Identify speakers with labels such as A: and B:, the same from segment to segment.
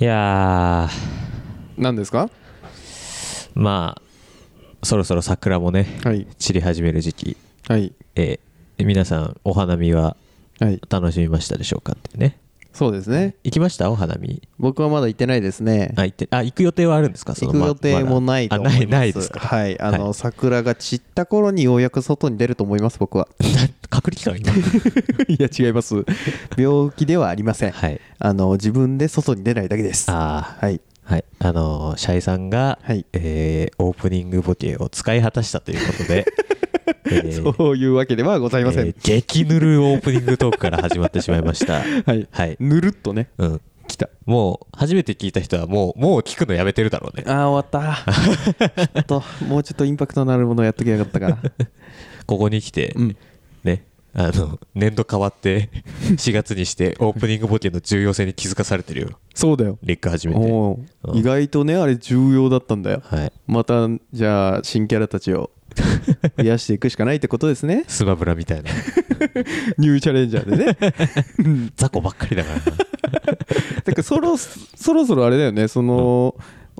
A: いや
B: 何ですか
A: ーまあそろそろ桜もね
B: はい
A: 散り始める時期
B: はい
A: えー皆さんお花見は
B: はい
A: 楽しみましたでしょうかっていうね
B: そうですね
A: 行きましたお花見
B: 僕はまだ行ってないですね
A: あ行ってあ行く予定はあるんですかその
B: 行く
A: ま
B: 予定もないと思います、
A: あないないですか
B: はいあの、
A: は
B: 桜が散った頃にようやく外に出ると思いま す僕は
A: 隔離期間今
B: いや違います病気 ではありません
A: はい
B: あの自分で外に出ないだけですは
A: あ
B: い
A: あはいあのーシャイさんが、
B: はい
A: えーオープニングボケを使い果たしたということ で、えー
B: そういうわけではございません、
A: えー激ぬるオープニングトークから始まってしまいました。
B: はい
A: はい。
B: ぬるっとね
A: うん。
B: 来た
A: もう、初めて聞いた人はもう、もう聞くのやめてるだろうね。
B: ああ終わった ちょっともうちょっとインパクトのあるものをやっときゃよかったか
A: ここに来て、
B: うん
A: ね。あの、年度変わ って、4月にして、オープニングボケの重要性に気づかされてるよ。
B: そうだよ
A: レック始めて。
B: お
A: う
B: ー
A: ん
B: 意外とねあれ重要だったんだよ
A: はい。
B: またじゃあ新キャラた ちを増やしていくしかないってことですね
A: スマブラみ たいな。
B: ニューチャレンジャーでね
A: 雑魚ばっかりだからな。
B: だからそろそろそろあれだよねその、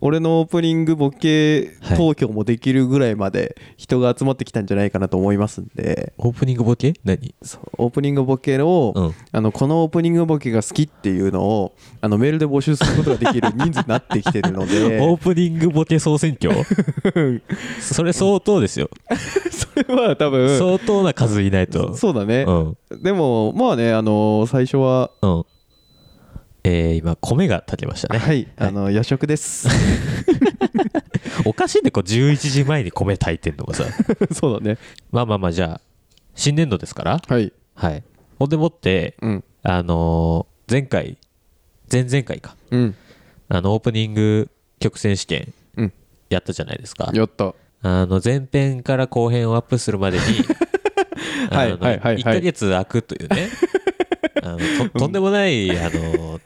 B: 俺のオープニングボケ
A: はい
B: 東京もできるぐらいまで人が集まってきたんじゃないかなと思いますんで、
A: オープニングボケ何
B: そうオープニングボケを、
A: うん
B: あのこのオープニングボケが好きっていうのをあのメールで募集することができる人数になってきてる ので
A: オープニングボケ総選挙それ相当ですよ。
B: それは多分
A: 相当な数いないと。
B: そうだね
A: う、ん。
B: でもまあねあの最初は
A: うん。えー、今、米が炊けましたね。
B: はい、あの夜食です。
A: おかしいね、こう、11時前に米炊いてんのがさ。
B: そうだね。
A: まあまあまあ、じゃあ、新年度ですから。
B: はい。
A: はい。ほんでもって、
B: うん。
A: あのー前回、前々回か。
B: うん。
A: あの、オープニング曲選手権、
B: うん。
A: やったじゃないですか。
B: やった。
A: あの、前編から後編をアップするまでに、
B: はい
A: あの
B: はいはいはい
A: 1ヶ月空くという ね。あのととんでもない、あのー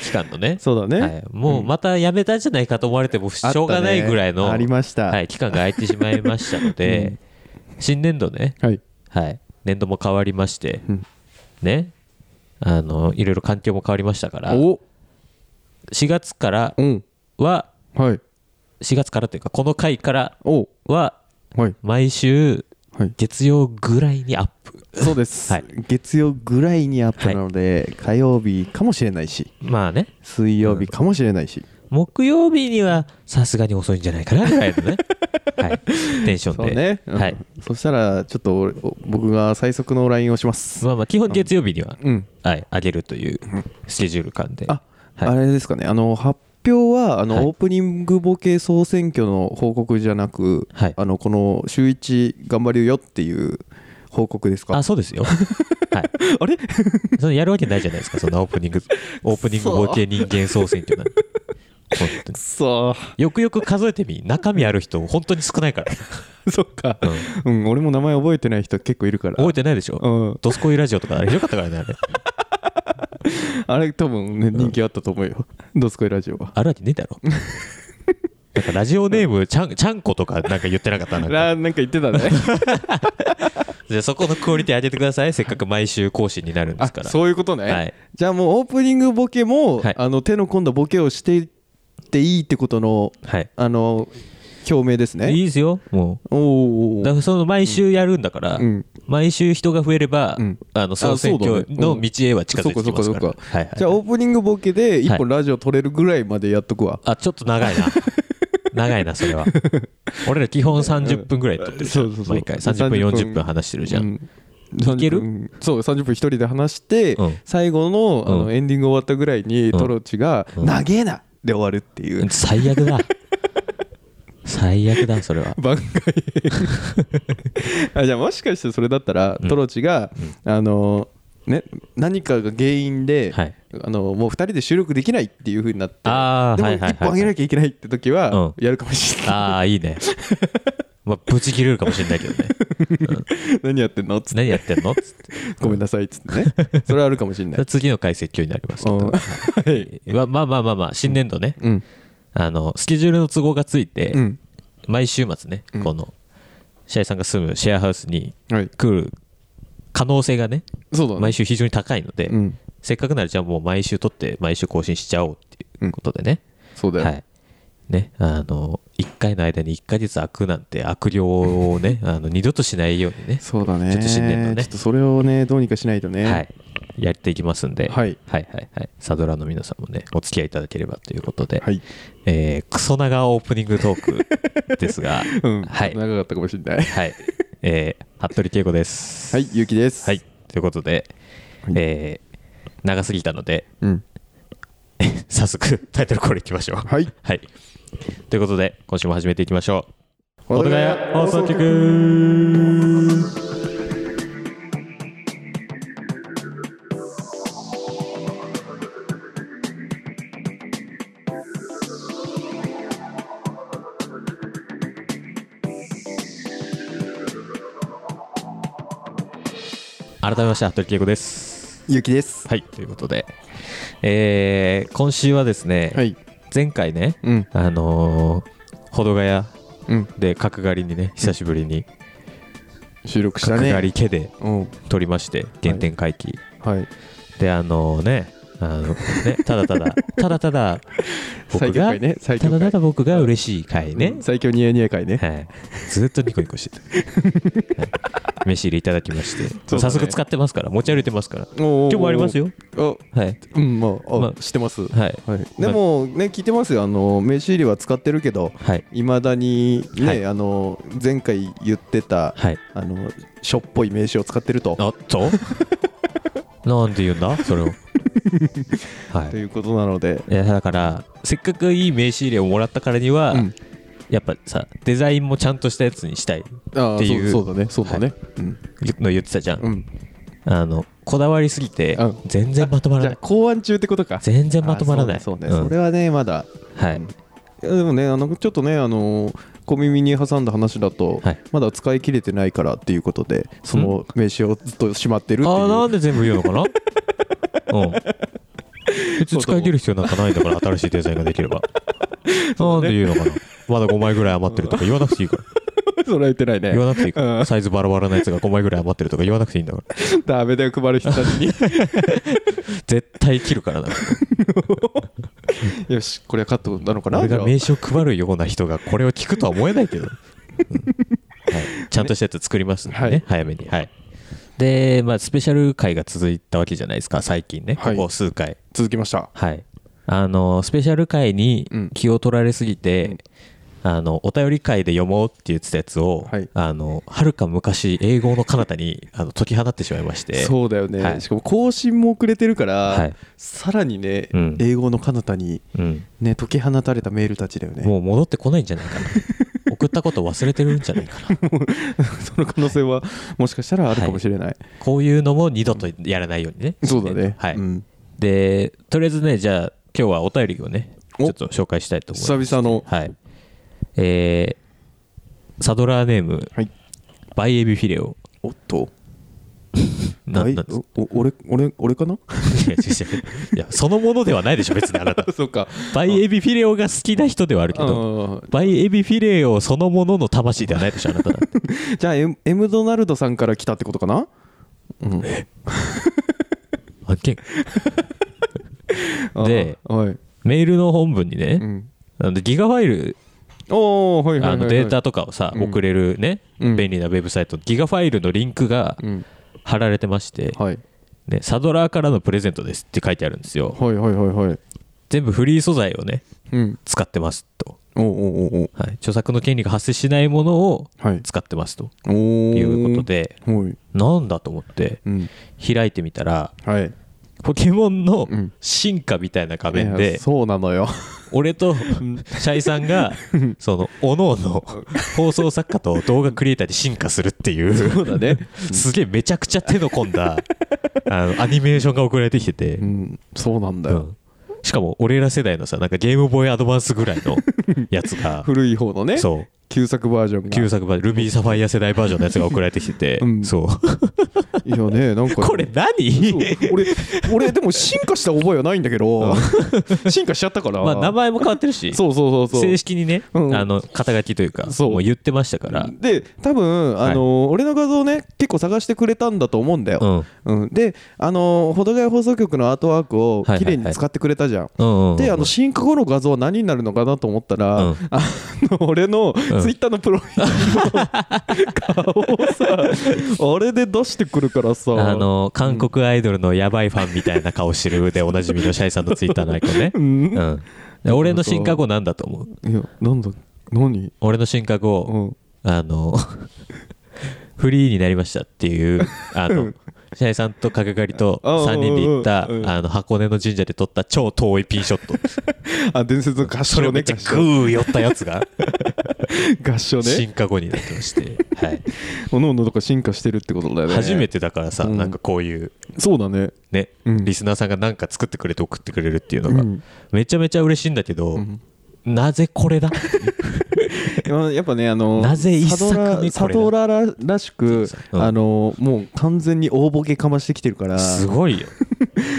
A: 期間のね。
B: そうだね。
A: はい、もうまたやめたんじゃないかと思われてもし
B: あったね
A: ょうがないぐらいの、
B: ありました。
A: はい、期間が空いてしまいましたの で、新年度ね、
B: はい。
A: はい、年度も変わりまして、
B: うん
A: ねあのいろいろ環境も変わりましたから4
B: お
A: 月から
B: うん。
A: は
B: はい。
A: 4月からというかこの回から
B: お
A: は
B: はい。
A: 毎週
B: はい。
A: 月曜ぐらいにアップ
B: そう です、
A: はい
B: 月曜ぐらいにアップなので、火曜日かもしれないし、
A: まあね
B: 水曜日かもしれないし。
A: 木曜日にはさすがに遅いんじゃないかなぐらいの ね、はい、テンション
B: そう
A: で、
B: ね、うん
A: はい、
B: そしたら、ちょっと俺お僕が最速の LINE をします。
A: まあまあ基本月曜日には、
B: うん。
A: はい、上げるというスケジュール感で
B: あ、
A: はい
B: あれですかね。あの、発表は、あの、
A: はい
B: オープニングボケ総選挙の報告じゃなく、
A: はい
B: あのこの週一頑張るよっていう報告ですか
A: あ、そうですよ。はい。
B: あれ
A: そのやるわけないじゃないですか、そんなオープニン グ、オープニングボケ人間総選挙なんて。本当に
B: そ
A: よくよく数えてみ、中身ある人、本当に少ないから。
B: う そっか
A: うん
B: うん、俺も名前覚えてない人結構いるから
A: 覚えてないでしょ。
B: うん、
A: ドスコイラジオとか、あれひどかったからね、あれ。
B: あれ多分ね人気あったと思う よ、ドスコイラジオは
A: あるわけねえだろ。なんかラジオネーム、ちゃん、ちゃんことかなんか言ってなかったなんか。
B: あなんか言ってたね
A: じゃあそこのクオリティ上げてください。せっかく毎週更新になるんで
B: あ
A: すから。
B: そういうことね、
A: はい
B: じゃあもうオープニングボケも、
A: はい
B: あの手の込んだボケをしていっていいってことの
A: はい。
B: あの表明です
A: い
B: ね
A: いですよ、もう。
B: おーおーおー
A: だからその毎週やるんだから、
B: うん
A: 毎週人が増えれば、
B: うん
A: あの総選
B: あそう
A: 挙
B: だねう
A: の
B: ん
A: 道へは近づいてきます
B: そ
A: か、
B: っからそっかそっか
A: はいはい
B: じゃあオープニングボケで一
A: はい
B: 本ラジオ取れるぐらいまでやっとくわ、
A: あちょっと長い な長いなそれは俺ら基本30分ぐらい撮ってるじゃん、
B: そうそうそう
A: 毎回30分
B: 30
A: 40分話してるじゃん、
B: うん
A: いける
B: 30分そう30分一人で話して、
A: うん
B: 最後のあ
A: うん
B: のエンディング終わったぐらいに、
A: うん
B: トロチが「
A: うん
B: 長えな!」で終わるっていう、
A: 最悪だ最悪だそれは
B: 番外編 あじゃあもしかしてそれだったら、
A: うん
B: トロチが、あのね、何かが原因で、
A: はい
B: あのもう2人で収録できないっていうふうになって
A: あー
B: でも
A: はいはいはい
B: 1本あげなきゃいけないって時は、
A: うん
B: やるかもしれない
A: ああいいねまあブチ切れるかもしれないけどね
B: 何やってんのっつって
A: 何やってんのっつって
B: ごめんなさいっつ ってねそれ はあるかもしれない
A: 次の回説教になりますけど
B: うんはい
A: ままあまあまあまあ新年度 ね、
B: うん
A: あのスケジュールの都合がついて、
B: うん
A: 毎週末ね、
B: うん
A: このシャイさんが住むシェアハウスに
B: はい
A: 来る可能性がね
B: そうだね
A: 毎週非常に高いので、
B: うん
A: せっかくならじゃあもう毎週撮って毎週更新しちゃおうっていうことでね、
B: そうだよ、
A: はいねあの1回の間に1ヶ月空くなんて悪霊をねあの二度としないようにね
B: そうだね
A: ちょっと新年のね
B: ちょっとそれをねどうにかしないとね
A: はい、やっていきますんで、
B: はい
A: はいはいはいサドラーの皆さんもねお付き合いいただければということで、
B: はい、
A: えークソ長オープニングトークですが
B: うん、
A: はい
B: 長かったかもしれない
A: はいえー、服部恵子です
B: はいゆうきです
A: はい、ということで、
B: はい
A: えー長すぎたので
B: うん
A: 早速タイトルコールいきましょう
B: はい
A: はいということで今週も始めていきましょう
B: 小
A: 小
B: 田
A: 田
B: ヶ
A: ヶ
B: 谷
A: 谷
B: 放
A: 放
B: 送
A: 送
B: 局
A: 局改めまして服部恵子です
B: ゆうきです
A: はいということで、えー今週はですね、
B: はい
A: 前回ね、
B: うん
A: あのー、保土ヶ谷
B: うん
A: で角刈りにね久しぶりに
B: 収録した
A: 角
B: ね
A: 刈り毛で
B: うん
A: 撮りまして原点回帰、
B: はい
A: であのねあのねただた だただただ僕
B: 最強
A: が、
B: 回ね最
A: た
B: 強
A: だ
B: 回
A: ただ僕が嬉しい回ね、
B: うん最強ニヤニヤ回ね
A: はい、ずっとニコニコして た、はい、飯入れいただきまして、
B: そうだね
A: 早速使ってますから持ち歩いてますから
B: 今
A: 今日もありますよ
B: あ
A: はい
B: うんまああ、
A: まあ
B: 知ってますは
A: はい
B: いでもね聞いてますよあの名刺入りは使ってるけど
A: はい
B: いまだにね、
A: はい
B: あの前回言ってた
A: はい
B: あのしょっぽい名刺を使ってると
A: あっと なんて言うんだそれをはい
B: ということなので、
A: いやだからせっかくいい名刺入れをもらったからには、
B: うん
A: やっぱさデザインもちゃんとしたやつにしたい
B: あ
A: っていう
B: そうそうだねそうだね、
A: の言ってたじゃん、
B: うん、うん、
A: あのこだわりすぎて
B: うん
A: 全然まとま
B: じ
A: ら
B: ゃ
A: な
B: あ
A: い
B: 考案中ってことか
A: 全然まとまらない
B: あそうね
A: う
B: そうね
A: ん
B: それはねまだ
A: はい
B: いやでもねあのちょっとねあの小耳に挟んだ話だと、
A: はい
B: まだ使い切れてないからっていうことでその名刺をずっとしまってるっていう
A: ああなんで全部言うのかなうん別に使い切る必要なんかないんだから新しいデザインができれ ばなんで言うのかなまだ5枚ぐらい余ってるとか言わなくていいから
B: それは言ってないね
A: 言わなくていいか
B: う
A: ら
B: ん
A: サイズバラバラなやつが5枚ぐらい余ってるとか言わなくていいんだから
B: ダメだよ配る人たち に
A: 絶対切るからな
B: よしこれはカットなのかな
A: 俺
B: じゃ
A: が
B: あ
A: 名刺を配るような人がこれを聞くとは思えない けど、うんはい、ちゃんとしたやつ作りますんでね、
B: はい
A: 早めにはいで、まあ、スペシャル回が続いたわけじゃないですか最近ね
B: は
A: こ
B: い
A: こ数回
B: 続きました
A: はい、あのスペシャル回に
B: うん
A: 気を取られすぎて、あのお便り会で読もうって言ってたやつを、
B: はい
A: あの遥か昔英語の彼方にあの解き放ってしまいまして
B: そうだよね、
A: はい
B: しかも更新も遅れてるから、
A: はい
B: さらにね、
A: うん
B: 英語の彼方に
A: うん、
B: ね解き放たれたメールたちだよね
A: もう戻ってこないんじゃないかな送ったこと忘れてるんじゃないかな
B: その可能性はもしかしたらあるかもしれない、
A: こういうのも二度とやらないようにね。
B: そうだね、
A: はい。
B: うん、
A: で、とりあえずね、じゃあ今日はお便りをね、ち
B: お
A: ょっと紹介したいと思います。
B: 久々の
A: はい。えー、サドラーネーム、
B: はい
A: バイエビフィレオ。
B: おっと
A: な
B: はい
A: なんです
B: おお俺俺俺かな
A: いや違う違ういや、そのものではないでしょ、別にあな た。
B: そうか
A: バイエビフィレオが好きな人ではあるけど、
B: あ
A: バイエビフィレオそのものの魂ではないでしょ、あなただって。
B: ーじゃあエムエムドナルドさんから来たってことかなうん
A: 案件
B: あー
A: で
B: はい
A: メールの本文にね、
B: うん
A: なんでギガファイル
B: おおはいはいは
A: あ
B: いは
A: の
B: い
A: データとかをさ、
B: うん
A: 送れるね、
B: うん
A: 便利なウェブサイト、ギガファイルのリンクが
B: うん
A: 貼られてまして、
B: はい
A: ね、サドラーからのプレゼントですって書いてあるんですよ。
B: はいはいはいはい
A: 全部フリー素材をね、
B: うん
A: 使ってますと。
B: おーおーおーおー
A: はい、著作の権利が発生しないものを
B: はい
A: 使ってますと
B: おお
A: いうことで、
B: はい
A: なんだと思って
B: うん
A: 開いてみたら、
B: はい
A: ポケモンの
B: うん
A: 進化みたいな画面
B: いや
A: で、
B: そうな のよ
A: 俺とシャイさん が、その、おのおの放送作家と動画クリエイターで進化するっていう。
B: そうだね
A: すげえめちゃくちゃ手の込ん だあのアニメーションが送られてきてて、
B: うんそうなんだ
A: う
B: よ
A: ん しかも俺ら世代のさなんかゲームボーイアドバンスぐらいのやつが
B: 古い方のね
A: そう
B: 旧作バージョンが
A: 旧作バージョン、ルビーサファイア世代バージョンのやつが送られてきてて、
B: うん
A: そう。
B: いやねなん か
A: これ
B: そう
A: 何
B: 俺俺でも進化した覚えはないんだけど 進化しちゃったから
A: まあ名前も変わってるし、
B: そうそうそうそう
A: 正式にね、
B: うん
A: あの、肩書きというか、
B: そう
A: もう言ってましたから、
B: で多分あの、俺の画像ね結構探してくれたんだと思うんだよ、
A: うん。
B: うん、であの保土ヶ谷放送局のアートワーク
A: は
B: を
A: いはいはい
B: 綺麗に使ってくれたじゃん、
A: うんうん
B: であの進化後の画像は何になるのかなと思ったら、
A: うん
B: あの俺の
A: うん
B: ツイッターのプロフィールの顔をさあれで出してくるからさ
A: あの韓国アイドルのやばいファンみたいな顔してるでおなじみのシャイさんのツイッターのアイコンね、 うんで、俺の進化後なんだと思う
B: いやなんだ何
A: 俺の進化
B: う
A: 後、
B: ん
A: あの フリーになりましたっていうあのシャイさんと角刈りと
B: あ
A: 3人で行った、
B: うんうん
A: あの箱根の神社で撮った 超遠いピンショット
B: あ伝説の合
A: それ
B: 唱
A: をめっ
B: ね
A: ちゃグー寄ったやつ が
B: 合唱ね
A: 進化後になってまして、 はい、
B: おのおのとか進化してるってことだよね
A: 初めてだからさ、
B: うん
A: なんかこういう
B: そうだね
A: ね、
B: うん
A: リスナーさんが何か作ってくれて送ってくれるっていうのが、
B: うん
A: めちゃめちゃ嬉しいんだけど、なぜこ れだ
B: いややっぱねあの
A: なぜ一作目これだ
B: サドラららしく
A: そう、そううん
B: あのもう完全に大ボケかましてきてるから
A: すごいよ。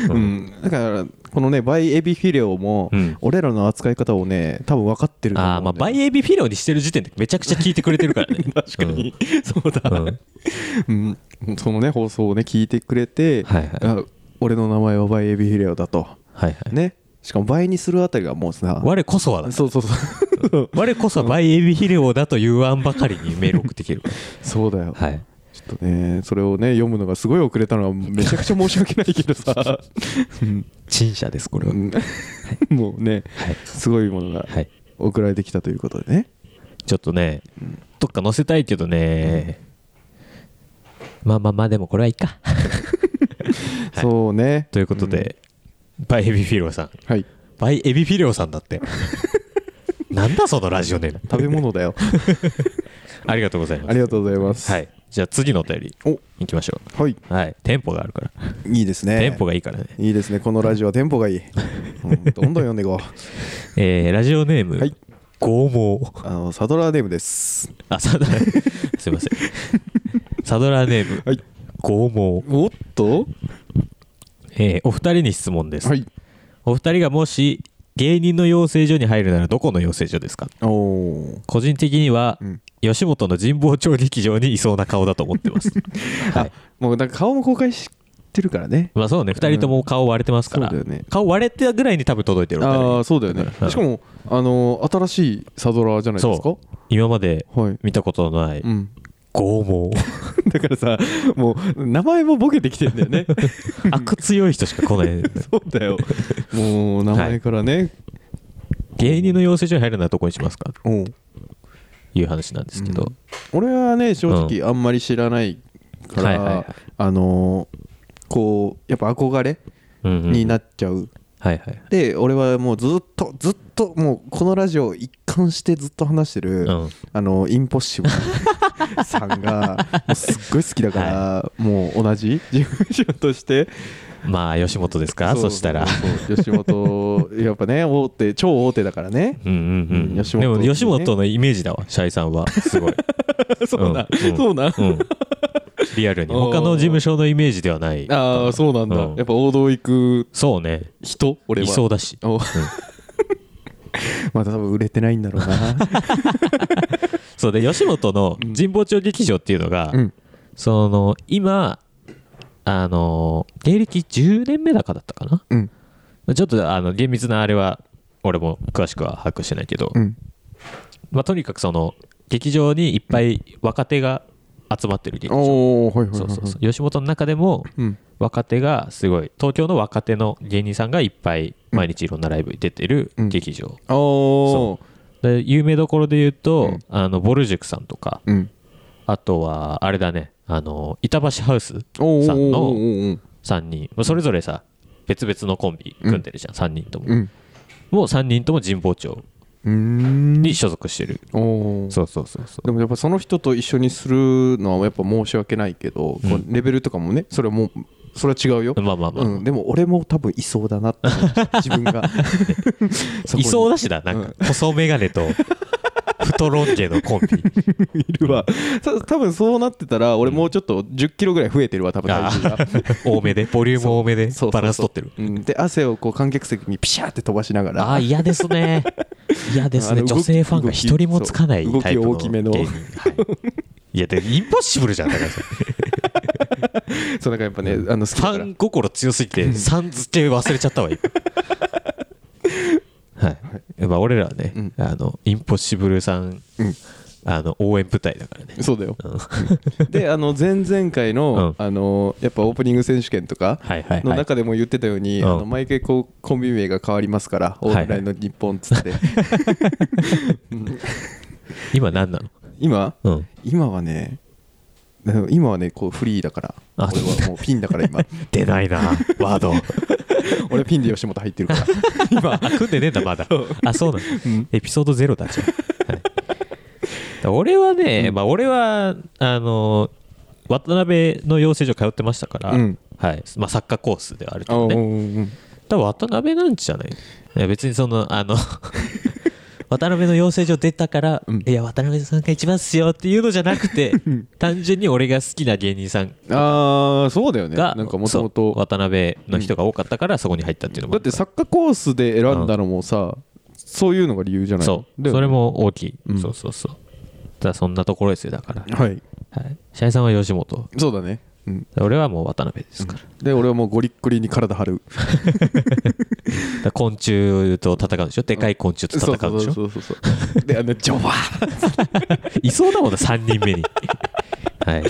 B: うん、だからこのねバイエビフィレオも、
A: うん
B: 俺らの扱い方をね多分分かってると思う
A: あーまあバイ
B: エ
A: エビフィローにしてる時点でめちゃくちゃ聞いてくれてるからね
B: 確かに、そうだ、
A: うん、うん
B: うんそのね放送をね聞いてくれて、
A: はいはい
B: あ俺の名前はバイエビフィレオだと
A: はいはい、
B: ねしかも倍にするあたりがもうさ
A: 我こそはだ
B: そうそうそう
A: 我こそはバイエビフィレオだと言わんばかりにメール送ってきてるか
B: そうだよ、
A: らはい
B: ちょっとねそれをね読むのがすごい遅れたのはめちゃくちゃ申し訳ないけ どさ、うん
A: 陳謝ですこれは、
B: うんもうね
A: はい、
B: すごいものが
A: はい、
B: 送られてきたということでね
A: ちょっとねどっか載せたいけどね、まあまあまあでもこれはいいかはい
B: そうね
A: ということで、バイエビフィレオさん
B: はい
A: バイエビフィレオさんだって なんだそのラジオネーム
B: 食べ物だよ
A: ありがとうございます
B: ありがとうございます
A: はい。じゃあ次のお便り、行きましょ。
B: おはいう
A: はい。テンポがあるから。
B: いいですね
A: テンポがいいからね。
B: いいですねこのラジオはテンポがい い、うんどんどん読んでいこう
A: えー、ラジオネーム、
B: はい
A: 剛毛。
B: あのサドラーネームです
A: あ、サド ラ、すいません。サドラーネーム、
B: はい
A: 剛毛。
B: おっと
A: えー、お二人に質問です。
B: はい
A: お二人がもし、芸人の養成所に入るならどこの養成所ですか
B: おお
A: 個人的には、
B: うん
A: 吉本の神保町劇場にいそうな顔だと思ってます。はい。
B: もうなんか顔も公開してるからね
A: まあそうね、二人とも顔割れてますから、
B: そうだよね
A: 顔割れてぐらいに多分届いてるお便り
B: ああそうだよね
A: うん
B: しかもあの新しいサドラーじゃないですか
A: そ今まで
B: はい
A: 見たことのない
B: うん
A: 剛毛。
B: だからさもう名前もボケてきてんだ よね
A: 悪強い人しか来ない。
B: そうだよもう名前からね、
A: 芸人の養成所に入るのはどこにしますか
B: うん
A: いう話なんですけど。
B: 俺はね正直あんまり知らないから、
A: はいはいはい
B: あのーこうやっぱ憧れ
A: うんうん
B: になっちゃう、
A: はいはい。
B: で俺はもうずっとずっともうこのラジオ一貫してずっと話してる、
A: うん
B: あのインポッ シブルさんがもうすっごい好きだから、もう同じ事務所として
A: まあ、吉本ですかそしたら。
B: そう吉本やっぱね大手超大手だからね
A: うんうんうん。
B: 吉
A: で
B: 本
A: も、吉本のイメージだわ、シャイさんは。すごい。
B: そうなん
A: うん
B: そうなん
A: うんリアルに。
B: おー
A: 他の事務所のイメージではない。
B: ああそうなんだ、
A: うん
B: やっぱ王道行く
A: そうね。
B: 人俺
A: い
B: は
A: そうだし。
B: おまだ多分売れてないんだろうな
A: そうで、吉本の神保町劇場っていうのが、その、今、あの、芸歴10年目だかだったかな
B: うん
A: まあちょっとあの厳密なあれは俺も詳しくは把握してないけど、
B: うん
A: まあ、とにかくその劇場にいっぱい若手が集まってる劇場
B: おおはいはいはい、はい、
A: そうそうそう吉本の中でも
B: うん
A: 若手がすごい東京の若手の芸人さんがいっぱい毎日いろんなライブに出てる
B: うん
A: 劇場、
B: おお
A: で有名どころで言うと、
B: うん
A: あのボル塾さんとか
B: うん
A: あとはあれだねあの板橋ハウス
B: おー
A: さん
B: お
A: の
B: ー
A: 3人まあそれぞれさ別々のコンビ組んでるじゃん、3人とも、
B: うん
A: もう3人とも神保町
B: うん
A: に所属してる
B: おお
A: そうそうそうそ
B: でもやっぱその人と一緒にするのはやっぱ申し訳ないけど、
A: うん
B: こうレベルとかもねそれはもうそれは違うよ
A: う。、まあまあまあ。
B: うん、でも俺も多分いそうだなって 思っちゃう自分が
A: いそう
B: だ
A: だしだ、なんか、細眼鏡と、クとロンジェのコンビ。
B: いるわた多分そうなってたら俺もうちょっと1 0キロぐらい増えてるわ多分 体重が
A: 多めで、ボリューム多めで
B: そうそうそう、
A: バランス取ってる。
B: うん、で汗をこう観客席にピシャーって飛ばしながら
A: ああ、嫌です ね。嫌です
B: あ
A: ね。
B: の動き
A: 女性ファンが一人もつかない
B: そう
A: タイプの
B: 動き大きめの
A: 芸人はい、いや、で、インポッシブルじゃん、だからそれ
B: そうなんかやっぱねあの好き
A: フ
B: だから
A: ァン心強すぎて、さん付け忘れちゃった わ、今。はい。やっぱ俺らはね、
B: うん
A: あの、インポッシブルさん、
B: うん
A: あの、応援部隊だからね。
B: そうだよ
A: うん
B: であの前々回の、あのやっぱオープニング選手権とか
A: はいはい
B: の
A: はい。
B: 中でも言ってたように、
A: うん
B: あの毎回こうコンビ名が変わりますから、
A: はい
B: オールラインの日本っ つって、うん
A: 今何なの
B: 今
A: うん。
B: 今はねでも今はねこうフリーだから
A: あ
B: 俺はもうピンだから 今
A: 出ないな、ワード。
B: 俺ピンで吉本入ってるから
A: 今、あ組んでねえんだ、まだ。あ、そうなの、
B: ん
A: エピソードゼロだじゃん。はいだ俺はね、まあ、俺は、あの、渡辺の養成所通ってましたから、
B: うん
A: はい。まあ、サッカーコースではあるけ
B: あ
A: ど
B: うん
A: ね。
B: うん
A: 多分渡辺なんじゃないいや別にそのあ の渡辺の養成所出たから、
B: うん
A: いや渡辺さんが一番っすよっていうのじゃなくて単純に俺が好きな芸人さん
B: ああそうだよね
A: が、
B: なんかもとも
A: そう
B: と
A: 渡辺の人が多かったからそこに入ったっていうのも
B: だってサッカーコースで選んだのもさそういうのが理由じゃない
A: そう
B: だよ
A: それも大きい、
B: うん
A: そうそうそうただそんなところですよだから、
B: はい
A: はい、シャイさんは吉本
B: そうだねうん
A: 俺はもう渡辺ですから,、
B: で俺はもうゴリッゴリに体張る
A: だから昆虫と戦うんでしょでかい昆虫と戦うんでしょ
B: そうそうそうそうであのジョバー
A: いそうだもんな3人目に はい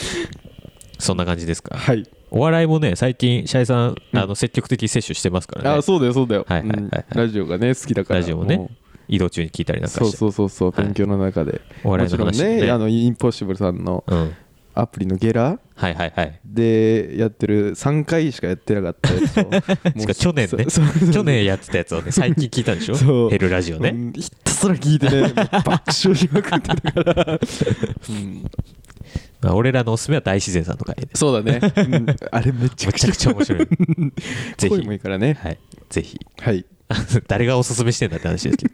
A: そんな感じです か
B: はい
A: お笑いもね、最近、シャイさん、あの積極的に摂取してますから
B: あ
A: ね
B: ー。そうだよそうだよ
A: はいはいはいはい
B: うんラジオがね好きだから
A: ラジオもね
B: う
A: 移動中に聞いたりなんか
B: そう
A: して。
B: そうそうそう
A: はい
B: 勉強の中で
A: お笑
B: も
A: い
B: ち
A: の
B: ろん
A: 話も
B: ね
A: ね。
B: あのインポッシブルさんの
A: うん。
B: アプリのゲラ
A: はいはいはい。
B: でやってる3回しかやってなかったや つをも
A: し
B: う
A: か去年ね
B: そうそうそう、
A: 去年やってたやつをね、最近聞いたんでし
B: そ
A: ょ
B: う
A: ヘルラジオ
B: う
A: ね。
B: ん ひたすら聞いてね爆笑しまくってたか らうん
A: まあ俺らのおすすめは大自然さんとかね。
B: そうだねうんあ れめっちゃ
A: め
B: く
A: ち
B: ち
A: ゃ
B: ゃ
A: くちゃ面白い。 ぜ
B: 声もい
A: ひ。
B: いからね
A: はい。ぜひ。
B: はい
A: 誰がおすすめしてんだって話です けど。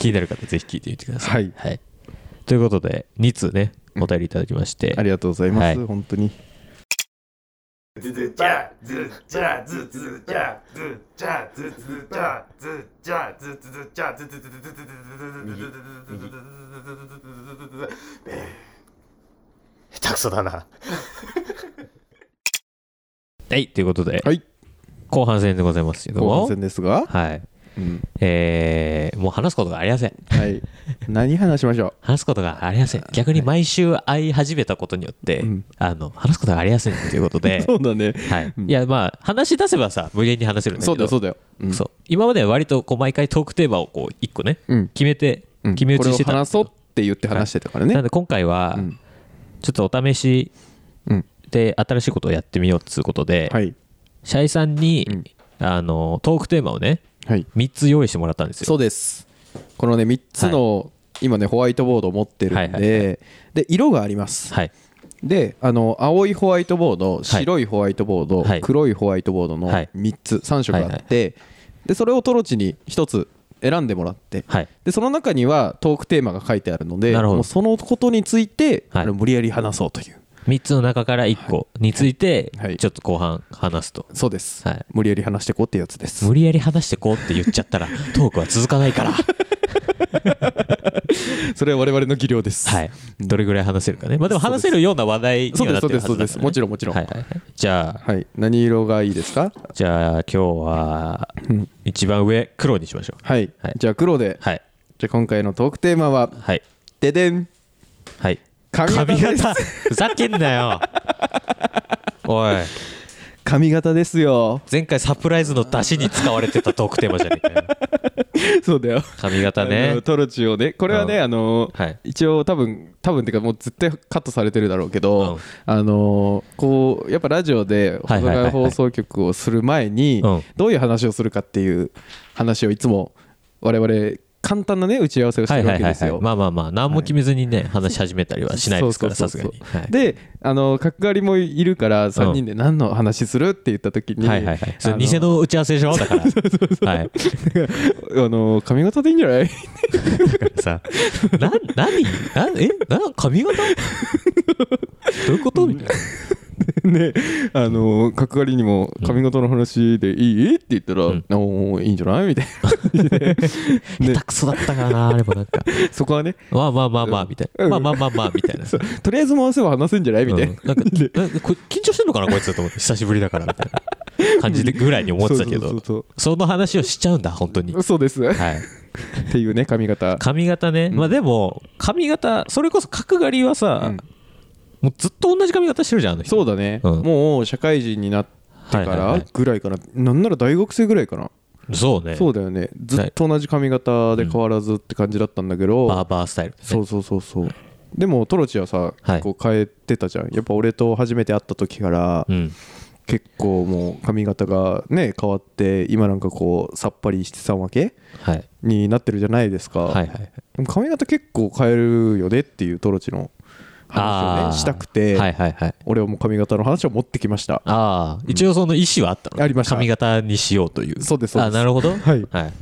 A: 気になる方、ぜひ聞いてみてください。
B: はい
A: はい。ということで、2通ね、お便りいただきまして
B: あ。りがとうございま
A: は
B: す本当に
C: ズズチャズチャズズチャズチャズズチャズチャズズチャズズズズズズズズズ下手くそだな。
A: はい。ということで、
B: はい
A: 後半戦でございますけど
B: 後半
A: も。
B: 戦ですが
A: はい。
B: うん
A: えーもう話すことがありません。
B: はい何話しましょ
A: 話すことがありません。逆に毎週会い始めたことによって、
B: うん
A: あの話すことがありませんということ
B: う
A: で、
B: そうだね
A: はい、いや、まあ、話し出せばさ、無限に話せるんだけど、
B: そうだよそうだようん
A: そう今までは割とこう毎回トークテーマをこう一個ね、
B: うん
A: 決めて、
B: うん
A: 決め打ちして
B: こ
A: た。
B: れを話そうって言って話してたから
A: な
B: ね
A: ので、今回は、
B: うん
A: ちょっとお試し
B: うん
A: で新しいことをやってみようということで、
B: はい
A: シャイさんに、
B: ん
A: あのトークテーマをね、
B: はい
A: 3つ用意してもらったんですよ。
B: そうですこのね3つの、今ねホワイトボードを持ってるんで、
A: はいはいは
B: で色があります、
A: はい、
B: であの青いホワイトボード白いホワイトボード、
A: はい
B: 黒いホワイトボードの
A: はい
B: 3つ3色あって、でそれをトロチに1つ選んでもらって、
A: はい
B: でその中にはトークテーマが書いてあるので
A: なるほど
B: もうそのことについて、
A: はい
B: あの無理やり話そうという
A: 3つの中から1個について
B: はい
A: ちょっと後半話すと、
B: そうです、
A: はい
B: 無理やり話してこうってやつです
A: 無理やり話してこうって言っちゃったら トークは続かないから、
B: それは我々の技量です
A: はい、どれぐらい話せるかねまあでも話せるような話題に
B: そう
A: はな
B: です
A: って
B: そ
A: る
B: う
A: は
B: で
A: ず
B: す
A: だ
B: そ
A: からね
B: うですもちろんもちろん
A: はいはいはいじゃあ
B: はい、何色がいいですか
A: じゃあ今日は一番上黒にしましょう
B: はい、
A: はい
B: じゃあ黒で、
A: はい
B: じゃあ今回のトークテーマは
A: はい
B: ででん
A: はい
B: 髪型
A: 髪
B: です
A: 型ふざけんなよおい
B: 髪型で すよ
A: 前回サプライズの出しに使われてたトークテーマじゃねえかよ
B: そうだよ
A: 髪型
B: あ
A: ね
B: のトロチをねこれはね、
A: うん
B: あの
A: はい
B: 一応多分多分っていうかもう絶対カットされてるだろうけど、
A: うん
B: あのこうやっぱラジオで
A: はい
B: 保
A: はいはいはい
B: 存放送局をする前に
A: うん
B: どういう話をするかっていう話をいつも我々簡単なね打ち合わせをして
A: はい
B: るわ
A: はい
B: け
A: は
B: で
A: い、
B: す
A: はい、
B: よ。
A: まあまあまあ何も決めずにね、話し始めたりはしないですからさ
B: そう
A: す
B: そう
A: が
B: そ
A: に、
B: う
A: はい、
B: であの角刈りもいるから3人で何の話するって言った時に、
A: はいはいはいそれ
B: あの
A: 偽の打ち合わせでしょだからはい
B: あの髪型でいいんじゃない
A: だ からさな何なんえな髪型どういうことみたいな
B: ねあの角刈りにも髪型の話でいいって言ったら、
A: うん
B: おーいいんじゃないみたい
A: 下手くそだったからなあれもなんか
B: なそこはね
A: まあまあまあまあみたいな、
B: うん
A: まあまあまあまあみたいな
B: そうとりあえず回せば話せんじゃないみたいな、
A: うん、なんかなんかこれ緊張してんのかなこいつだと思って久しぶりだからみたいな感じでぐらいに思ってたけ
B: そう
A: ど
B: そう
A: その話をしちゃうんだ本当に
B: そうそうですっ
A: はい
B: ていうね髪型
A: 髪型ね、
B: ん
A: まあでも髪型それこそ角刈りはさ、
B: うん
A: もうずっと同じ髪型してるじゃんあの人
B: そうだね、
A: うん
B: もう社会人になってか
A: はいはいは
B: ら
A: い
B: ぐらいかな、なんなら大学生ぐらいかな
A: そうね
B: そうだよねずっと同じ髪型で変わらずって感じだったんだけど、
A: バーバースタイル、ね、
B: そうそうそうそうでもトロチはさ、
A: はい
B: こう変えてたじゃんやっぱ俺と初めて会った時から、
A: うん
B: 結構もう髪型がね変わって今なんかこうさっぱりしてたわけ
A: はい
B: になってるじゃないですか、
A: はいはいはい
B: でも髪型結構変えるよねっていうトロチの話を
A: あー
B: ねしたくて、
A: はいはいはい
B: 俺はもう髪型の話を持ってきました
A: ああ一応その意思はあったの、
B: ありました
A: 髪型にしようという
B: そうですそう
A: あ
B: です
A: なるほど
B: はい
A: はい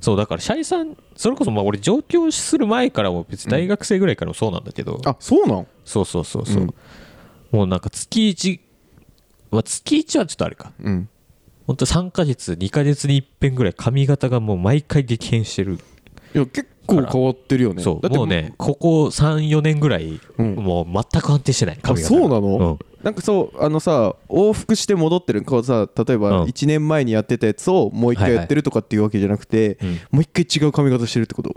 A: そうだからシャイさんそれこそまあ俺上京する前からも別に大学生ぐらいからもそうなんだけど、
B: あそうなん
A: そうそうそうそう、
B: うん
A: もうなんか月1、まあ、月1はちょっとあれか
B: うん
A: 本当三3ヶ月2ヶ月に一遍ぐらい髪型がもう毎回激変してる、
B: いや結構変わってるよね
A: そ
B: だ
A: う
B: って
A: もうねここ34年ぐらい、
B: うん
A: もう全く安定してない
B: あ
A: 髪型
B: そうな
A: が
B: の、なんかそうあのさ往復して戻ってるこうさ例え
A: うん
B: ば1年前にやってたやつをもう一
A: はい
B: 回
A: はい
B: やってるとかっていうわけじゃなくて、
A: うん
B: もう一回違う髪型してるってこと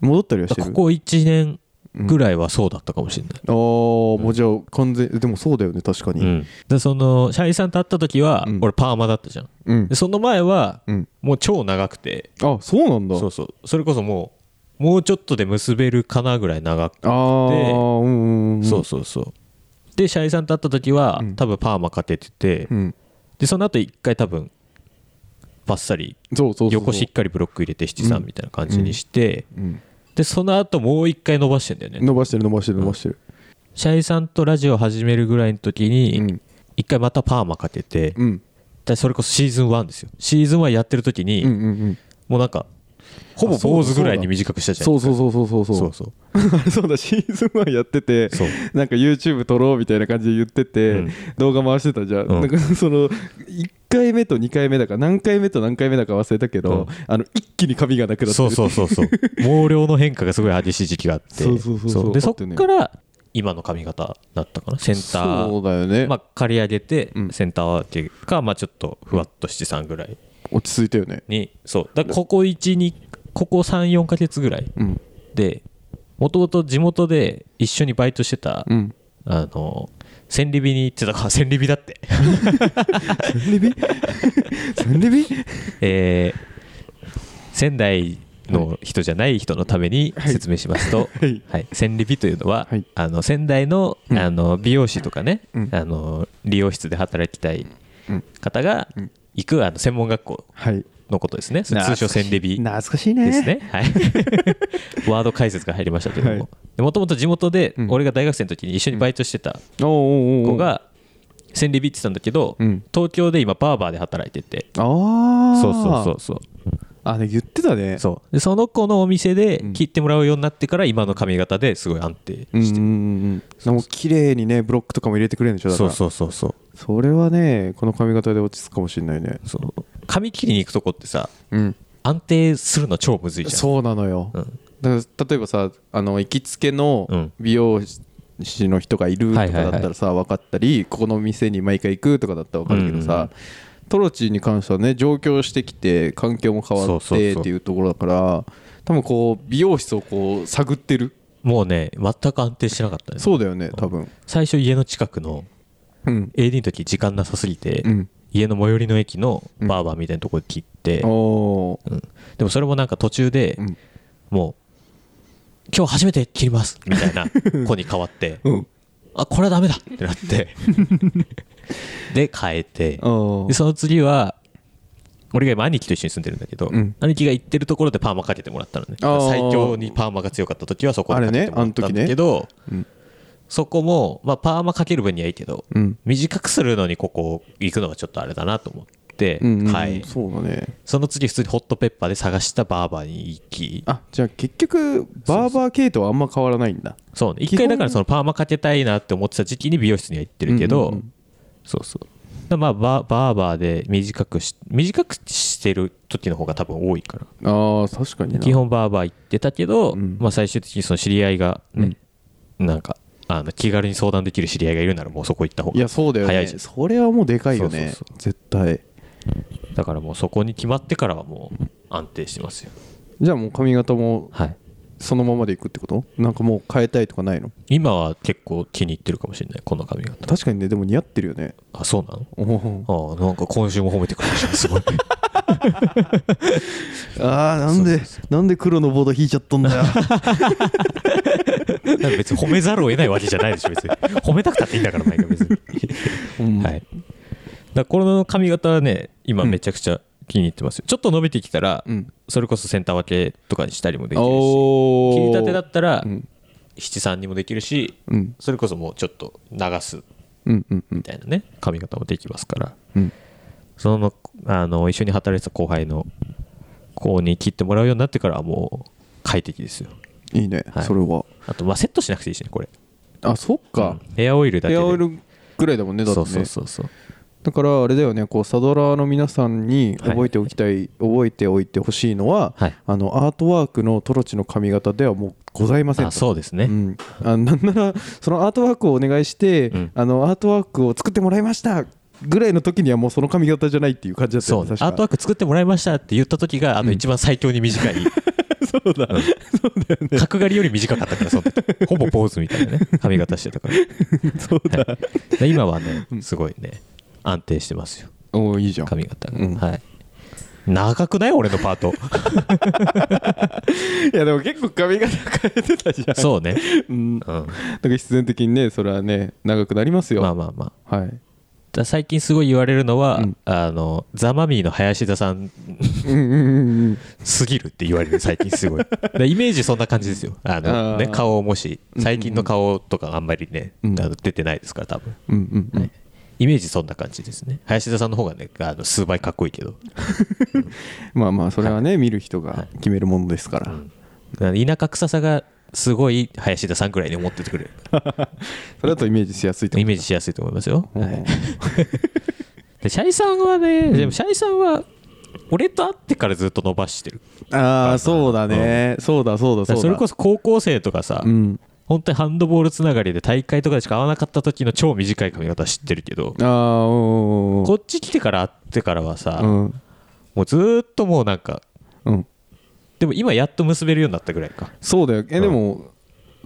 B: 戻ったりはして
A: だから
B: る
A: ここ1年ぐらいはそうだったかもしれない、
B: ああもうじゃあ完全でもそうだよね確か
A: う
B: に
A: んでそのシャイさんと会った時は、
B: うん
A: 俺パーマだったじゃん
B: うん
A: でその前は、
B: うん
A: もう超長くて
B: あそうなんだ
A: そうそうそれこそもうもうちょっとで結べるかなぐらい長く
B: ああうんうんうん
A: そうそうそうでシャイさんと会った時は、
B: うん
A: 多分パーマかけてて、
B: うん
A: でその後一回多分バッサリ
B: そうそうそう
A: 横しっかりブロック入れて七三みたいな感じにして、
B: うん
A: でその後もう一回伸ばしてんだよね、
B: 伸ばしてる伸ばしてる伸ばしてる
A: シャイさんとラジオ始めるぐらいの時
B: う
A: に
B: ん
A: 一回またパーマかけて、
B: うん
A: でそれこそシーズン1ですよシーズン1やってる時に、
B: うんうんうん
A: もうなんかほぼ
B: あそうだ
A: 坊主ぐらいに短くしたじゃん
B: そうそうそうそうそう
A: そ
B: そう
A: うそう
B: そうだシーズン1やってて
A: そう
B: なんか YouTube 撮ろうみたいな感じで言ってて、
A: うん
B: 動画回してたじゃん、
A: うん
B: なんかその1回目と2回目だか何回目と何回目だか忘れたけ
A: う
B: ど、
A: ん
B: あの一気に髪がなくなってる
A: そうそうそうそう毛量の変化がすごい激しい時期があって
B: そうそうそうそう
A: でそ
B: あ
A: っ
B: ってね
A: から今の髪型だったかなセンタ
B: そう
A: ー
B: だよね、
A: まあ刈り上げて
B: うん
A: センターっていうかまあちょっとふわっとして3ぐらい
B: 落ち着いたよね
A: にそうだからここ12ここ34ヶ月ぐらい
B: うん
A: でもともと地元で一緒にバイトしてた
B: うん
A: あの千里美に行ってたから 千里美だって
B: 千リビ千リビ
A: えー仙台の人じゃない人のために説明しますと、
B: はい
A: はい、千里美というのは、
B: はい
A: あの仙台の,、
B: うん
A: あの美容師とかね、
B: うん
A: あの理容室で働きたい
B: うん
A: 方が
B: うん
A: 行くあの専門学校
B: はい
A: のことですね、それ通称千里美
B: 懐かしいね
A: ですね、はい、 ワード解説が入りましたけど
B: は
A: も
B: い
A: もともと地元で
B: うん
A: 俺が大学生の時に一緒にバイトしてた
B: おうおうおう
A: 子が千里美って言ってたんだけど、
B: うん
A: 東京で今バーバーで働いてて
B: ああ
A: そうそうそうそう
B: あね言ってたね
A: そうでその子のお店で
B: うん
A: 切ってもらうようになってから今の髪型ですごい安定
B: うんうん
A: して、
B: うんうんもう綺麗にねブロックとかも入れてくれるんでしょだか
A: そう
B: ら
A: そうそうそう
B: それはねこの髪型で落ち着くかもしれないね
A: そう髪切りに行くとこってさ
B: うん
A: 安定するの超むずいじゃん
B: そうなのよ、
A: うん
B: だから例えばさあの行きつけ
A: う
B: の
A: ん
B: 美容師の人がいると
A: は
B: か
A: いはいは
B: だ
A: い
B: ったらさ、分かったりここの店に毎回行くとかだったら分かるけどさ、
A: うんうん
B: トロチに関してはね上京してきて環境も変わ
A: そう
B: っ
A: そう
B: てっ
A: そう
B: ていうところだから多分こう美容室をこう探ってる
A: もうね全く安定してなかったね
B: そうだよね多分
A: 最初家の近くの
B: うん
A: AD の時時間なさすぎて、
B: うん
A: 家の最寄りの駅のバーバーみたいなとこで切って、
B: おー
A: うんでもそれもなんか途中で、
B: うん
A: もう今日初めて切りますみた いな子に変わって
B: うん
A: あこれはダメだって なってで変えて
B: お
A: で
B: ー
A: その次は俺が今兄貴と一緒に住んでるんだけど、
B: うん
A: 兄貴が行ってるところでパーマかけてもらったのね
B: あー
A: 最強にパーマが強かった時はそこでかけてもらったんだけど、
B: あれねあの時ねうん
A: そこも、まあ、パーマかける分にはいいけど
B: うん
A: 短くするのにここ行くのはちょっとあれだなと思って、
B: うんうん
A: はい
B: そうだね
A: その次普通にホットペッパーで探したバーバーに行き
B: あじゃあ結局バーバー系統はあんま変わらないんだ
A: そうね一回だからそのパーマかけたいなって思ってた時期に美容室には行ってるけど、
B: うんうんうん
A: そうそうだまあバーバーバーで短くし短くしてる時の方が多分多いから
B: あー確かにな
A: 基本バーバー行ってたけど、
B: うん
A: まあ、最終的にその知り合いがね、なんかあの気軽に相談できる知り合いがいるならもうそこ行った方
B: い
A: が
B: やそうだよ
A: 早
B: ね
A: いじゃん
B: それはもうでかいよね
A: そうそう
B: 絶対
A: だからもうそこに決まってからはもう安定してますよ
B: じゃあもう髪型も
A: はい
B: そのままでいくってことなんかもう変えたいとかないの
A: 今は結構気に入ってるかもしれないこの髪型
B: 確かにねでも似合ってるよね
A: あそうなの
B: おー
A: ああなんか今週も褒めてくれましたすごい
B: あーなんでなんで黒のボード引いちゃったんだよ
A: なんか別に褒めざるを得ないわけじゃないでしょ別に褒めたくたっていいんだから毎回別に
B: うん
A: はい。だからこの髪型はね、今めちゃくちゃ気に入ってますよ。ちょっと伸びてきたら、
B: うん
A: それこそセンター分けとかにしたりもできるし、
B: おお
A: 切り立てだったら、
B: うん
A: 七三にもできるし、
B: うん
A: それこそもうちょっと流す
B: うんうんうん
A: みたいなね、髪型もできますから、
B: うん
A: その、あの、一緒に働いてた後輩の子に切ってもらうようになってからはもう快適ですよ。
B: いいね
A: はい
B: それは
A: あと、まあ、セットしなくていいしね、これ。
B: あそっか
A: うんヘアオイルだけ
B: ヘ
A: で。
B: アオイルぐらいだもんねだって
A: そう
B: ね
A: そうそうそう。
B: だからあれだよねこうサドラーの皆さんに
A: はい
B: 覚えておきたい、覚えておいてほしいのは、
A: はい
B: あのアートワークのトロチの髪型ではもうございません
A: あ、
B: と
A: そうですね。
B: うん、あなんならそのアートワークをお願いして、
A: うん
B: あのアートワークを作ってもらいましたぐらいの時にはもうその髪型じゃないっていう感じだった
A: そ
B: よ
A: う
B: ね
A: ね。アー
B: 確
A: ト
B: か
A: ワーク作ってもらいましたって言った時が、あの、一番最強に短い。 そうだ。そうだよね。角刈りより短かったから、その時ほぼ坊主みたいなね、髪型してたから。 そうだ。で今はね、すごいね、安定してますよ、
B: おーいいじゃん
A: 髪型
B: うん
A: が。はい。長くない俺のパー ト。
B: いやでも結構髪型変えてたじゃん
A: そうね。
B: うん、
A: う
B: なん
A: ん。
B: か必然的にねそれはね長くなりますよ、
A: まあまあまあ。
B: はい
A: だ最近すごい言われるのは、
B: うん
A: あの、ザ・マミーの林田さん
B: うんうんうんうん
A: すぎるって言われる最近す ごいでイメージそんな感じですよあの
B: あー
A: ね顔をもし最近の顔とかあんまりね、
B: うん
A: あの出てないですから多分、
B: うんうんうん
A: はいイメージそんな感じですね林田さんの方がねあの数倍かっこいいけど、
B: まあまあそれはね、見る人
A: は
B: が
A: い
B: 決めるものですから、
A: 田舎臭さがすごい林田さんくらいに思っててくれる
B: それだとイメージしやすいと
A: イ
B: 思
A: メージしやすいと思いますよ、
B: う
A: はいでシャイさんはね、でもシャイさんは俺と会ってからずっと伸ばしてる
B: ああそうだね、そうだそうだ
A: そ
B: そうだ
A: それこそ高校生とかさ、
B: うん
A: 本当にハンドボールつながりで大会とかでしか会わなかった時の超短い髪型知ってるけど
B: ああうん
A: こっち来てから会ってからはさ、
B: うん
A: もうずーっともうなんか
B: うん
A: でも今やっと結べるようになったぐらいか
B: そうだよえ、
A: うん
B: でも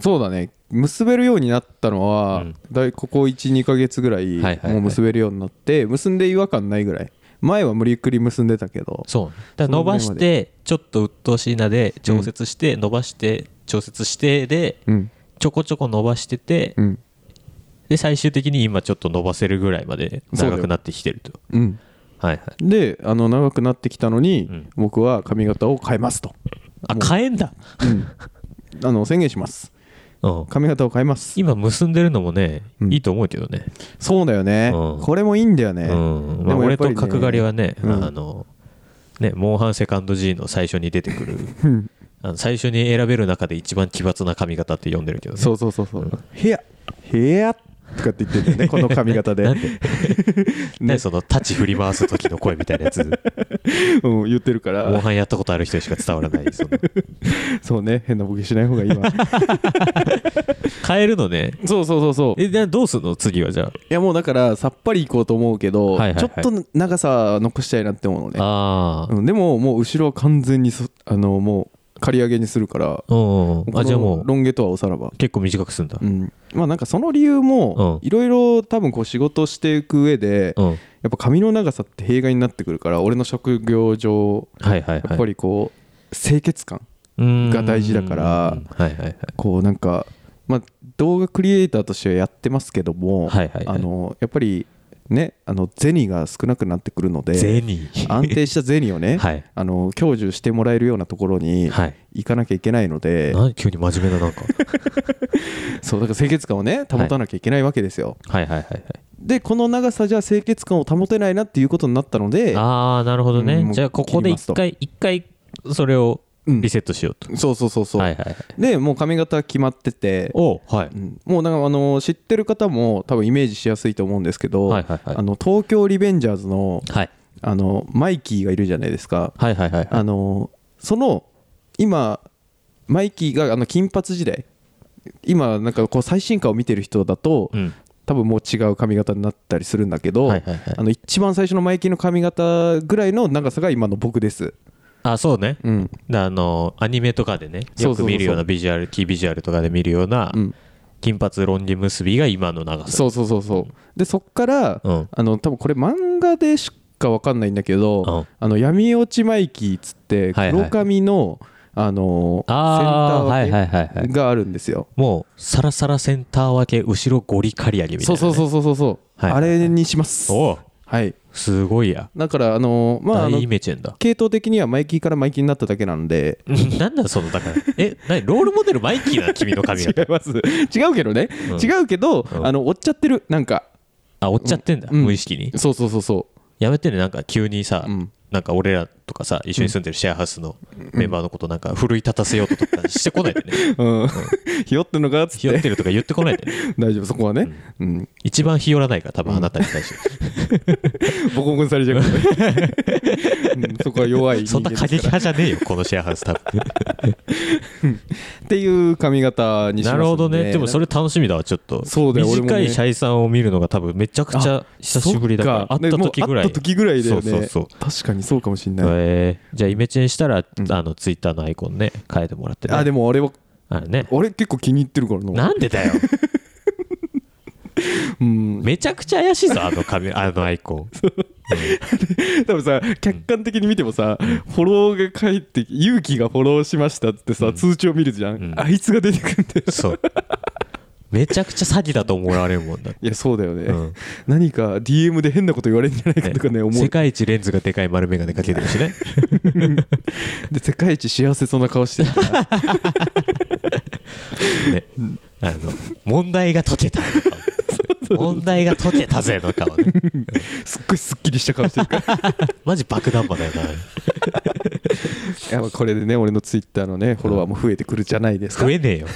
B: そうだね結べるようになったの
A: う
B: は、
A: ん
B: だいここ12か月ぐらい
A: いはいはい
B: もう結べるようになって、結んで違和感ないぐらい前は無理くり結んでたけど
A: そうだから伸ば
B: そ
A: し
B: のぐら
A: てちょっと鬱陶しいなで調節して伸ばして調節してで
B: うん
A: ちょこちょこ伸ばしてて
B: うん
A: で最終的に今ちょっと伸ばせるぐらいまで
B: そうだ
A: 長
B: よ
A: くなってきてると
B: うん
A: はいはい
B: であの長くなってきたのに、
A: うん
B: 僕は髪型を変えますと、
A: あ変えんだ、
B: あの宣言します
A: うん、
B: 髪型を変えます
A: 今結んでるのもね、
B: うん
A: いいと思うけどね
B: そうだよね、
A: うん
B: これもいいんだよね、
A: うんまあ、
B: でもや
A: 俺
B: っぱ
A: と
B: りね
A: 角刈りはね、
B: うん
A: あのねモンハンセカンド G の最初に出てくる
B: うん
A: あの最初に選べる中で一番奇抜な髪型って呼んでるけどね
B: そうそうそうそう、部屋部屋とかって言ってる よねこの髪型で
A: なん で、ね、その立ち振り回す時の声みたい なやつ
B: うん、言ってるか
A: モン
B: ら
A: ハンやったことある人にしか伝わらないその
B: そうね変なボケしない方がいい わ
A: 変えるのね
B: そうそうそうそうい
A: えじゃあどうすんの次はじゃ
B: やもうだからさっぱりいこうと思うけど、
A: はいはいはい
B: ちょっと長さ残したいなって思うの
A: あ
B: ね、
A: ああ
B: うん、でももう後ろは完全にそあのもう刈り上げにするから
A: うんうんあじゃあも
B: この
A: う
B: ロン毛とはおさらば
A: 結構短くすんだ
B: うんまあなんかその理由も
A: う
B: いろいろ多分こう仕事していく上で
A: うんはい
B: やっぱ髪の長さって弊害になってくるから俺の職業上
A: はいはい
B: やっぱりこう清潔感
A: が
B: が大事だから
A: はいはいはい
B: こうなんか、まあ、動画クリエイターとしてはやってますけども、
A: はいはいはい
B: あのやっぱりね、あの銭が少なくなってくるので、
A: 銭。
B: 安定した銭をね、
A: はい。
B: あの享受してもらえるようなところに
A: はい。
B: 行かなきゃいけないので、
A: 何急に真面目な、なんか。
B: そうだから清潔感をね、保たなきゃいけないわけですよ。
A: はいはいはいはい。
B: で、この長さじゃ清潔感を保てないなっていうことになったので、
A: ああ、なるほど
B: うんも
A: ね。
B: う
A: じゃあ、ここで一回、一回、それを
B: うん
A: リセットしようと。
B: そうそうそうそう、
A: はいはいはい。
B: でもう髪型決まってて、
A: おうはい
B: うんもうなんかあの知ってる方も多分イメージしやすいと思うんですけど、
A: はいはいはい
B: あの東京リベンジャーズの
A: はい。
B: あのマイキーがいるじゃないですか。
A: はいはいはいはい。
B: あのその今マイキーがあの金髪時代今なんかこう最新化を見てる人だと
A: うん。
B: 多分もう違う髪型になったりするんだけど、
A: はいはいはい
B: あの一番最初のマイキーの髪型ぐらいの長さが今の僕です。
A: あ、そうね。
B: うん
A: あの、アニメとかでね、
B: そう
A: よ
B: そうそうそう
A: く見るようなビジュアル、キービジュアルとかで見るような
B: う、ん、
A: 金髪ロン毛結びが今の長さ。
B: そうそうそうそうでそっから、
A: うん。
B: あの多分これ漫画でしか分かんないんだけど、
A: うん
B: あの闇落ちマイキーっつって
A: はいはい
B: 黒髪の、あの
A: ああー、はいはいはいは
B: 分
A: い
B: け。があるんですよ。
A: もう、サラサラセンター分け、後ろゴリ刈り上げみた
B: そ
A: いうなね。
B: そうそうそうそうそう、
A: はい
B: あれにします。
A: おう
B: はい、
A: すごいや。
B: だからあのまああ
A: 大
B: の
A: イメチェンだ。
B: 系統的にはマイキーからマイキーになっただけなんで
A: なんだそのだからえ何 ロールモデルマイキーな君の髪
B: 違い
A: 型
B: ます 違うけどね、
A: うん
B: 違うけど、
A: ん
B: あの追っちゃってるなんか
A: あ追っちゃってんだ、
B: うん
A: 無意識に
B: そうそうそうそ
A: やめてねなんか急にさ、
B: う、うん、
A: なんか俺らとかさ一緒に住んでるシェアハウスのメンバーのことなんか奮い立たせようとかしてこないで ね
B: うん、ひよってんのかっつっ
A: ひよっててるとか言ってこないでね
B: 大丈夫そこはね、うん、
A: 一番ひよらないから多分あなたに対 して、
B: ボコボコにされちゃ うからね、うんそこは弱い人
A: そん
B: 間
A: な
B: です
A: 過
B: か
A: 激
B: ら
A: 派じゃねえよこのシェアハウス多 分
B: っていう髪型にします
A: なるほどねでもそ
B: れ
A: れ楽しみだわちょっと
B: そうだよ俺もね
A: 短いシャイさんを見るのが多分めちゃくちゃ久しぶりだから会った時ぐらい
B: 会った時ぐらいだよね
A: そうそうそう
B: 確かにそうかもしんない、
A: えー、じゃあイメチェンしたら、
B: うん
A: あのツイッターのアイコンね変えてもらって、ね、
B: あでもあれは
A: あれね
B: あれ結構気に入ってるからな
A: なんでだよ
B: うん
A: めちゃくちゃ怪しいぞあの紙あのアイコン
B: 多分さ客観的に見てもさ、フォローが返って勇気がフォローしましたっつってさ、通知を見るじゃん、
A: うん
B: あいつが出てくるんだよ
A: そうめちゃくちゃ詐欺だと思われるもんだって
B: いやそうだよね、
A: うん
B: 何か DM で変なこと言われるんじゃないかとかね思う
A: 世界一レンズがでかい丸眼鏡かけてるし ね
B: で世界一幸せそうな顔し てるから
A: ねあの問題が解けた問題が解けたぜの顔ね
B: すっごいすっきりした顔してるから
A: マジ爆弾魔だよない
B: やまあこれでね俺のツイッターのねフォロワーも増えてくるじゃないですか
A: 増えねえよ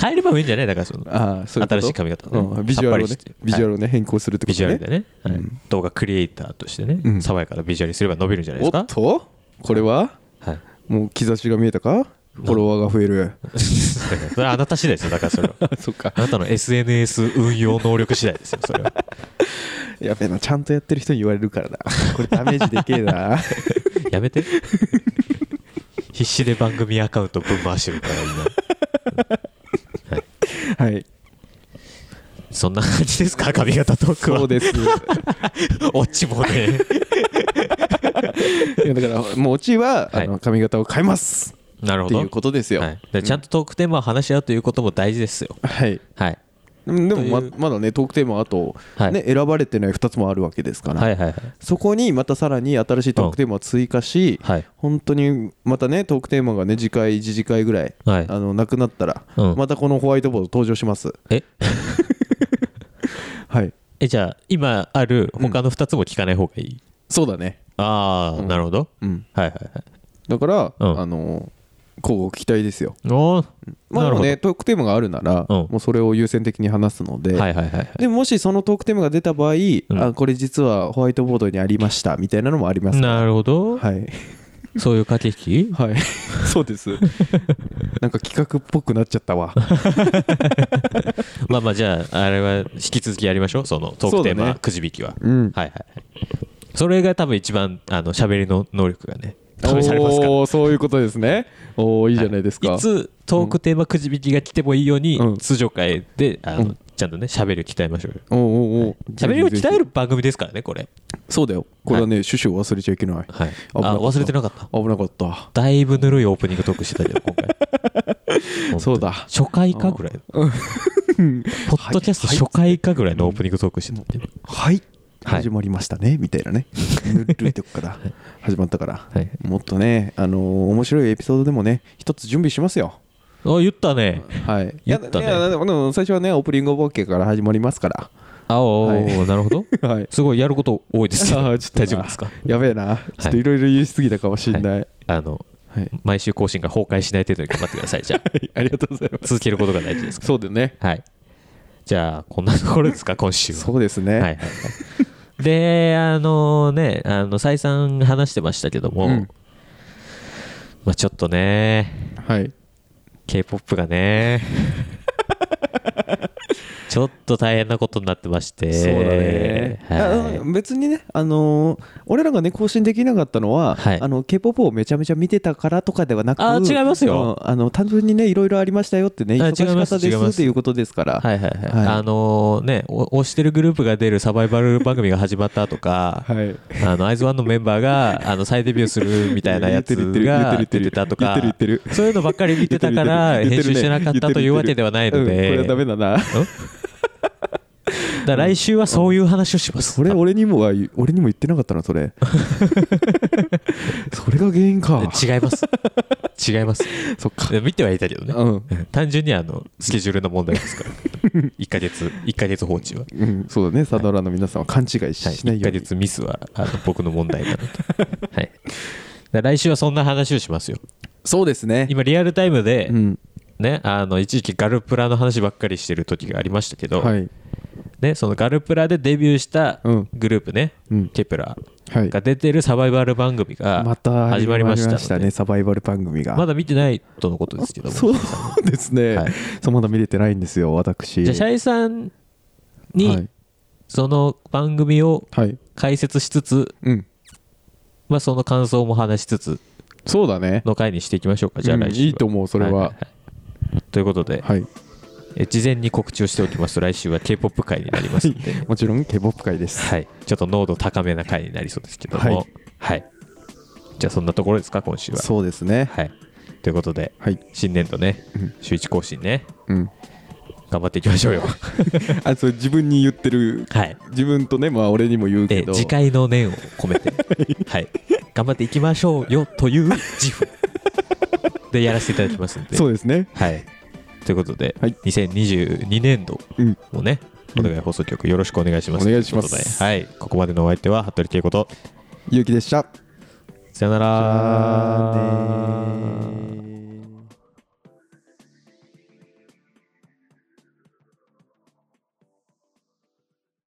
A: 変えればいいんじゃないだからその
B: ああそういうこと
A: 新しい髪型をね
B: うんビジュアルを
A: さっ
B: ね
A: ぱりして
B: ビジュアルをね変更するってこ
A: ビ
B: と
A: ジュア
B: ね
A: ルでね、はい動画クリエイターとしてね、
B: うん
A: 爽やかなビジュアルにすれば伸びるんじゃないで
B: お
A: すか
B: っとこれは
A: はい
B: もう兆しが見えたかフォロワーが増える
A: それはあなた次第ですよだ からそれは
B: あそっか
A: あなたの SNS 運用能力次第ですよそれは
B: やべえなちゃんとやってる人に言われるからなこれダメージでけえ な
A: やめて必死で番組アカウントぶん回してるから今
B: はい
A: そんな感じですか髪型トークは
B: そうですい
A: オチもね
B: やだからもうオチは
A: は
B: あ
A: い
B: の髪型を変えます
A: なる
B: っ
A: ほ
B: て
A: ど
B: いうことですよ
A: はい、だからちゃんとトークテーマを話し合うということも大事ですよ
B: はい
A: はい、
B: うんでもま
A: という
B: まだねトークテーマはあと
A: はい
B: ね選ばれてない2つもあるわけですから
A: はいはいはい
B: そこにまたさらに新しいトークテーマを追加し
A: はい
B: 本当にまたねトークテーマがね次回次次回ぐらい
A: はい
B: あのなくなったら、
A: うん
B: またこのホワイトボード登場します
A: え
B: はい
A: えじゃあ今ある他の2つも聞かない方がいい、
B: そうだね
A: ああ、なるほど
B: うん
A: はいはいはい
B: だから、
A: うん
B: あの交互期待ですよ
A: おお、
B: ま
A: な
B: あで
A: るほ
B: も
A: ど、
B: ねトークテーマがあるなら、
A: うん
B: もうそれを優先的に話すので、
A: はいはいはいはい
B: でももしそのトークテーマが出た場合、
A: ん
B: あこれ実はホワイトボードにありましたみたいなのもあります
A: なるほど、
B: はい
A: そういう駆け引き
B: はい そうですなんか企画っぽくなっちゃっ たわ
A: まあまあじゃああれは引き続きやりましょうそのトークテー
B: そうだ
A: マ
B: ね
A: くじ引きは、
B: う
A: はい
B: ん
A: はいはいそれが多分一番あの喋りの能力がね試されますから
B: おーそういうことですねおおいいじゃないですか、
A: いつトークテーマくじ引きが来てもいいように、
B: うん
A: 通常会であの、
B: うん
A: ちゃんとね喋りを鍛えましょうよ
B: おうおうおう
A: 喋りを鍛え
B: る
A: る番組ですからねこれ
B: そうだよこれはね、趣旨を忘れちゃいけない
A: はい
B: 危なか
A: あ
B: った
A: 忘れてなかった
B: 危なかった
A: だいぶぬるいオープニングトークしてたけど今回 本当に
B: そうだ
A: 初回かぐらいポッドキャスト初回かぐらいのオープニングトークしてたっていう
B: はい
A: はい
B: 始まりましたね、みたいなねぬるいとこ から始まったから、
A: はい
B: もっとね、あのー面白いエピソードでもね一つ準備しますよ
A: あ言ったね
B: はいい
A: 言
B: や
A: ったね
B: いやでもでも最初はねオープニングボケから始まりますか
A: あおーおー、なるほ ど
B: らはい
A: すごいやること多いですね
B: あーちょっと
A: 大丈夫ですか
B: やべえなちょっといろいろ言いすぎたかもしれない、はい
A: あの毎週更新が崩壊しない程度に頑張ってくださいじ ゃあ
B: ありがとうございま
A: 続けることが大事ですか
B: そうだよね
A: らはいじゃあこんなところですか今週は
B: そうですね、
A: はいはいはい、であのねあの再三話してましたけども、
B: うん
A: まあ、ちょっとね
B: はい
A: k p o p が ねちょっと大変なことになってまして
B: そうだね、あ
A: はい
B: の別にね、あのー俺らがね更新できなかったのは、
A: はい
B: あの K-POP をめちゃめちゃ見てたからとかではなく
A: あ違いますよ
B: うんあの単純にねいろいろありましたよってね
A: あ
B: 忙し
A: 違い
B: か
A: ま
B: っ
A: す
B: たで
A: 違います
B: すっていうことですから、
A: はいはいはい、
B: はい
A: あのねお推してるグループが出るサバイバル番組が始まったとか、
B: はい
A: あのアイズワンのメンバー があの再デビューするみたいなやつ
B: 言ってる言って
A: が
B: る言って
A: 出
B: る
A: てたとか
B: 言ってる言ってる
A: そういうのばっかり見てたから
B: 言って
A: 編
B: る
A: 集してなかったというわけではないの
B: うんこ
A: で、
B: れはダメだな。
A: だから来週はそういう話をします。
B: それ俺にもは俺にも言ってなかったな それそれが原因か
A: 違います。違います。
B: そっか
A: いや見てはいたけどね。
B: うん、
A: 単純にあのスケジュールの問題ですから。1ヶ 月、一ヶ月放置は。
B: うん、そうだねサドラーの皆さんは勘違いし
A: はい、
B: な
A: 1
B: いよ
A: ヶ
B: うに、
A: 月ミスはあの僕の問題 なので。はい。だから来週はそんな話をしますよ。
B: そうですね
A: 今リアルタイムで、
B: うん
A: ね、あの一時期ガルプラの話ばっかりしてる時がありましたけど、
B: はい
A: ね、そのガルプラでデビューした
B: うん
A: グループね、
B: うん
A: ケプラ
B: はい
A: が出てるサバイバル番組が
B: また
A: 始まりましたので
B: ねサバイバル番組が
A: まだ見てないとのことですけども
B: そうですね、
A: はい
B: そうまだ見れてないんですよ私
A: じゃあシャイさんに、
B: はい、
A: その番組を
B: はい
A: 解説しつつ、
B: うん
A: まあ、その感想も話しつつ
B: そうだね
A: の回にしていきましょうかじゃあ
B: うん
A: 来週は、
B: いいと思うそれはい
A: いいということで、
B: はい
A: え事前に告知をしておきますと来週は k p o p 回になりますので、
B: もちろん k p o p 会です
A: はい、ちょっと濃度高めな回になりそうですけども、
B: は
A: はいいじゃあそんなところですか今週は、
B: そうですね
A: はい、ということで
B: はい、
A: 新年度ね、週一更新ね
B: うん、
A: 頑張っていきまし ょうよ
B: あそう自分に言ってる
A: はい
B: 自分とねまあ俺にも言うけ
A: で
B: ど
A: 次回の念を込め て、はい、頑張っていきましょうよという自 負でやらせていただきますので。
B: そうですね
A: はい、ということで、
B: はい
A: 2022年度
B: うん
A: もね、お願い放送局よろしくお願いします。
B: お願いします
A: とうことではい、ここまでのお相手は服部恵子と、
B: ゆうきでした
A: さよなら。
B: じゃあねー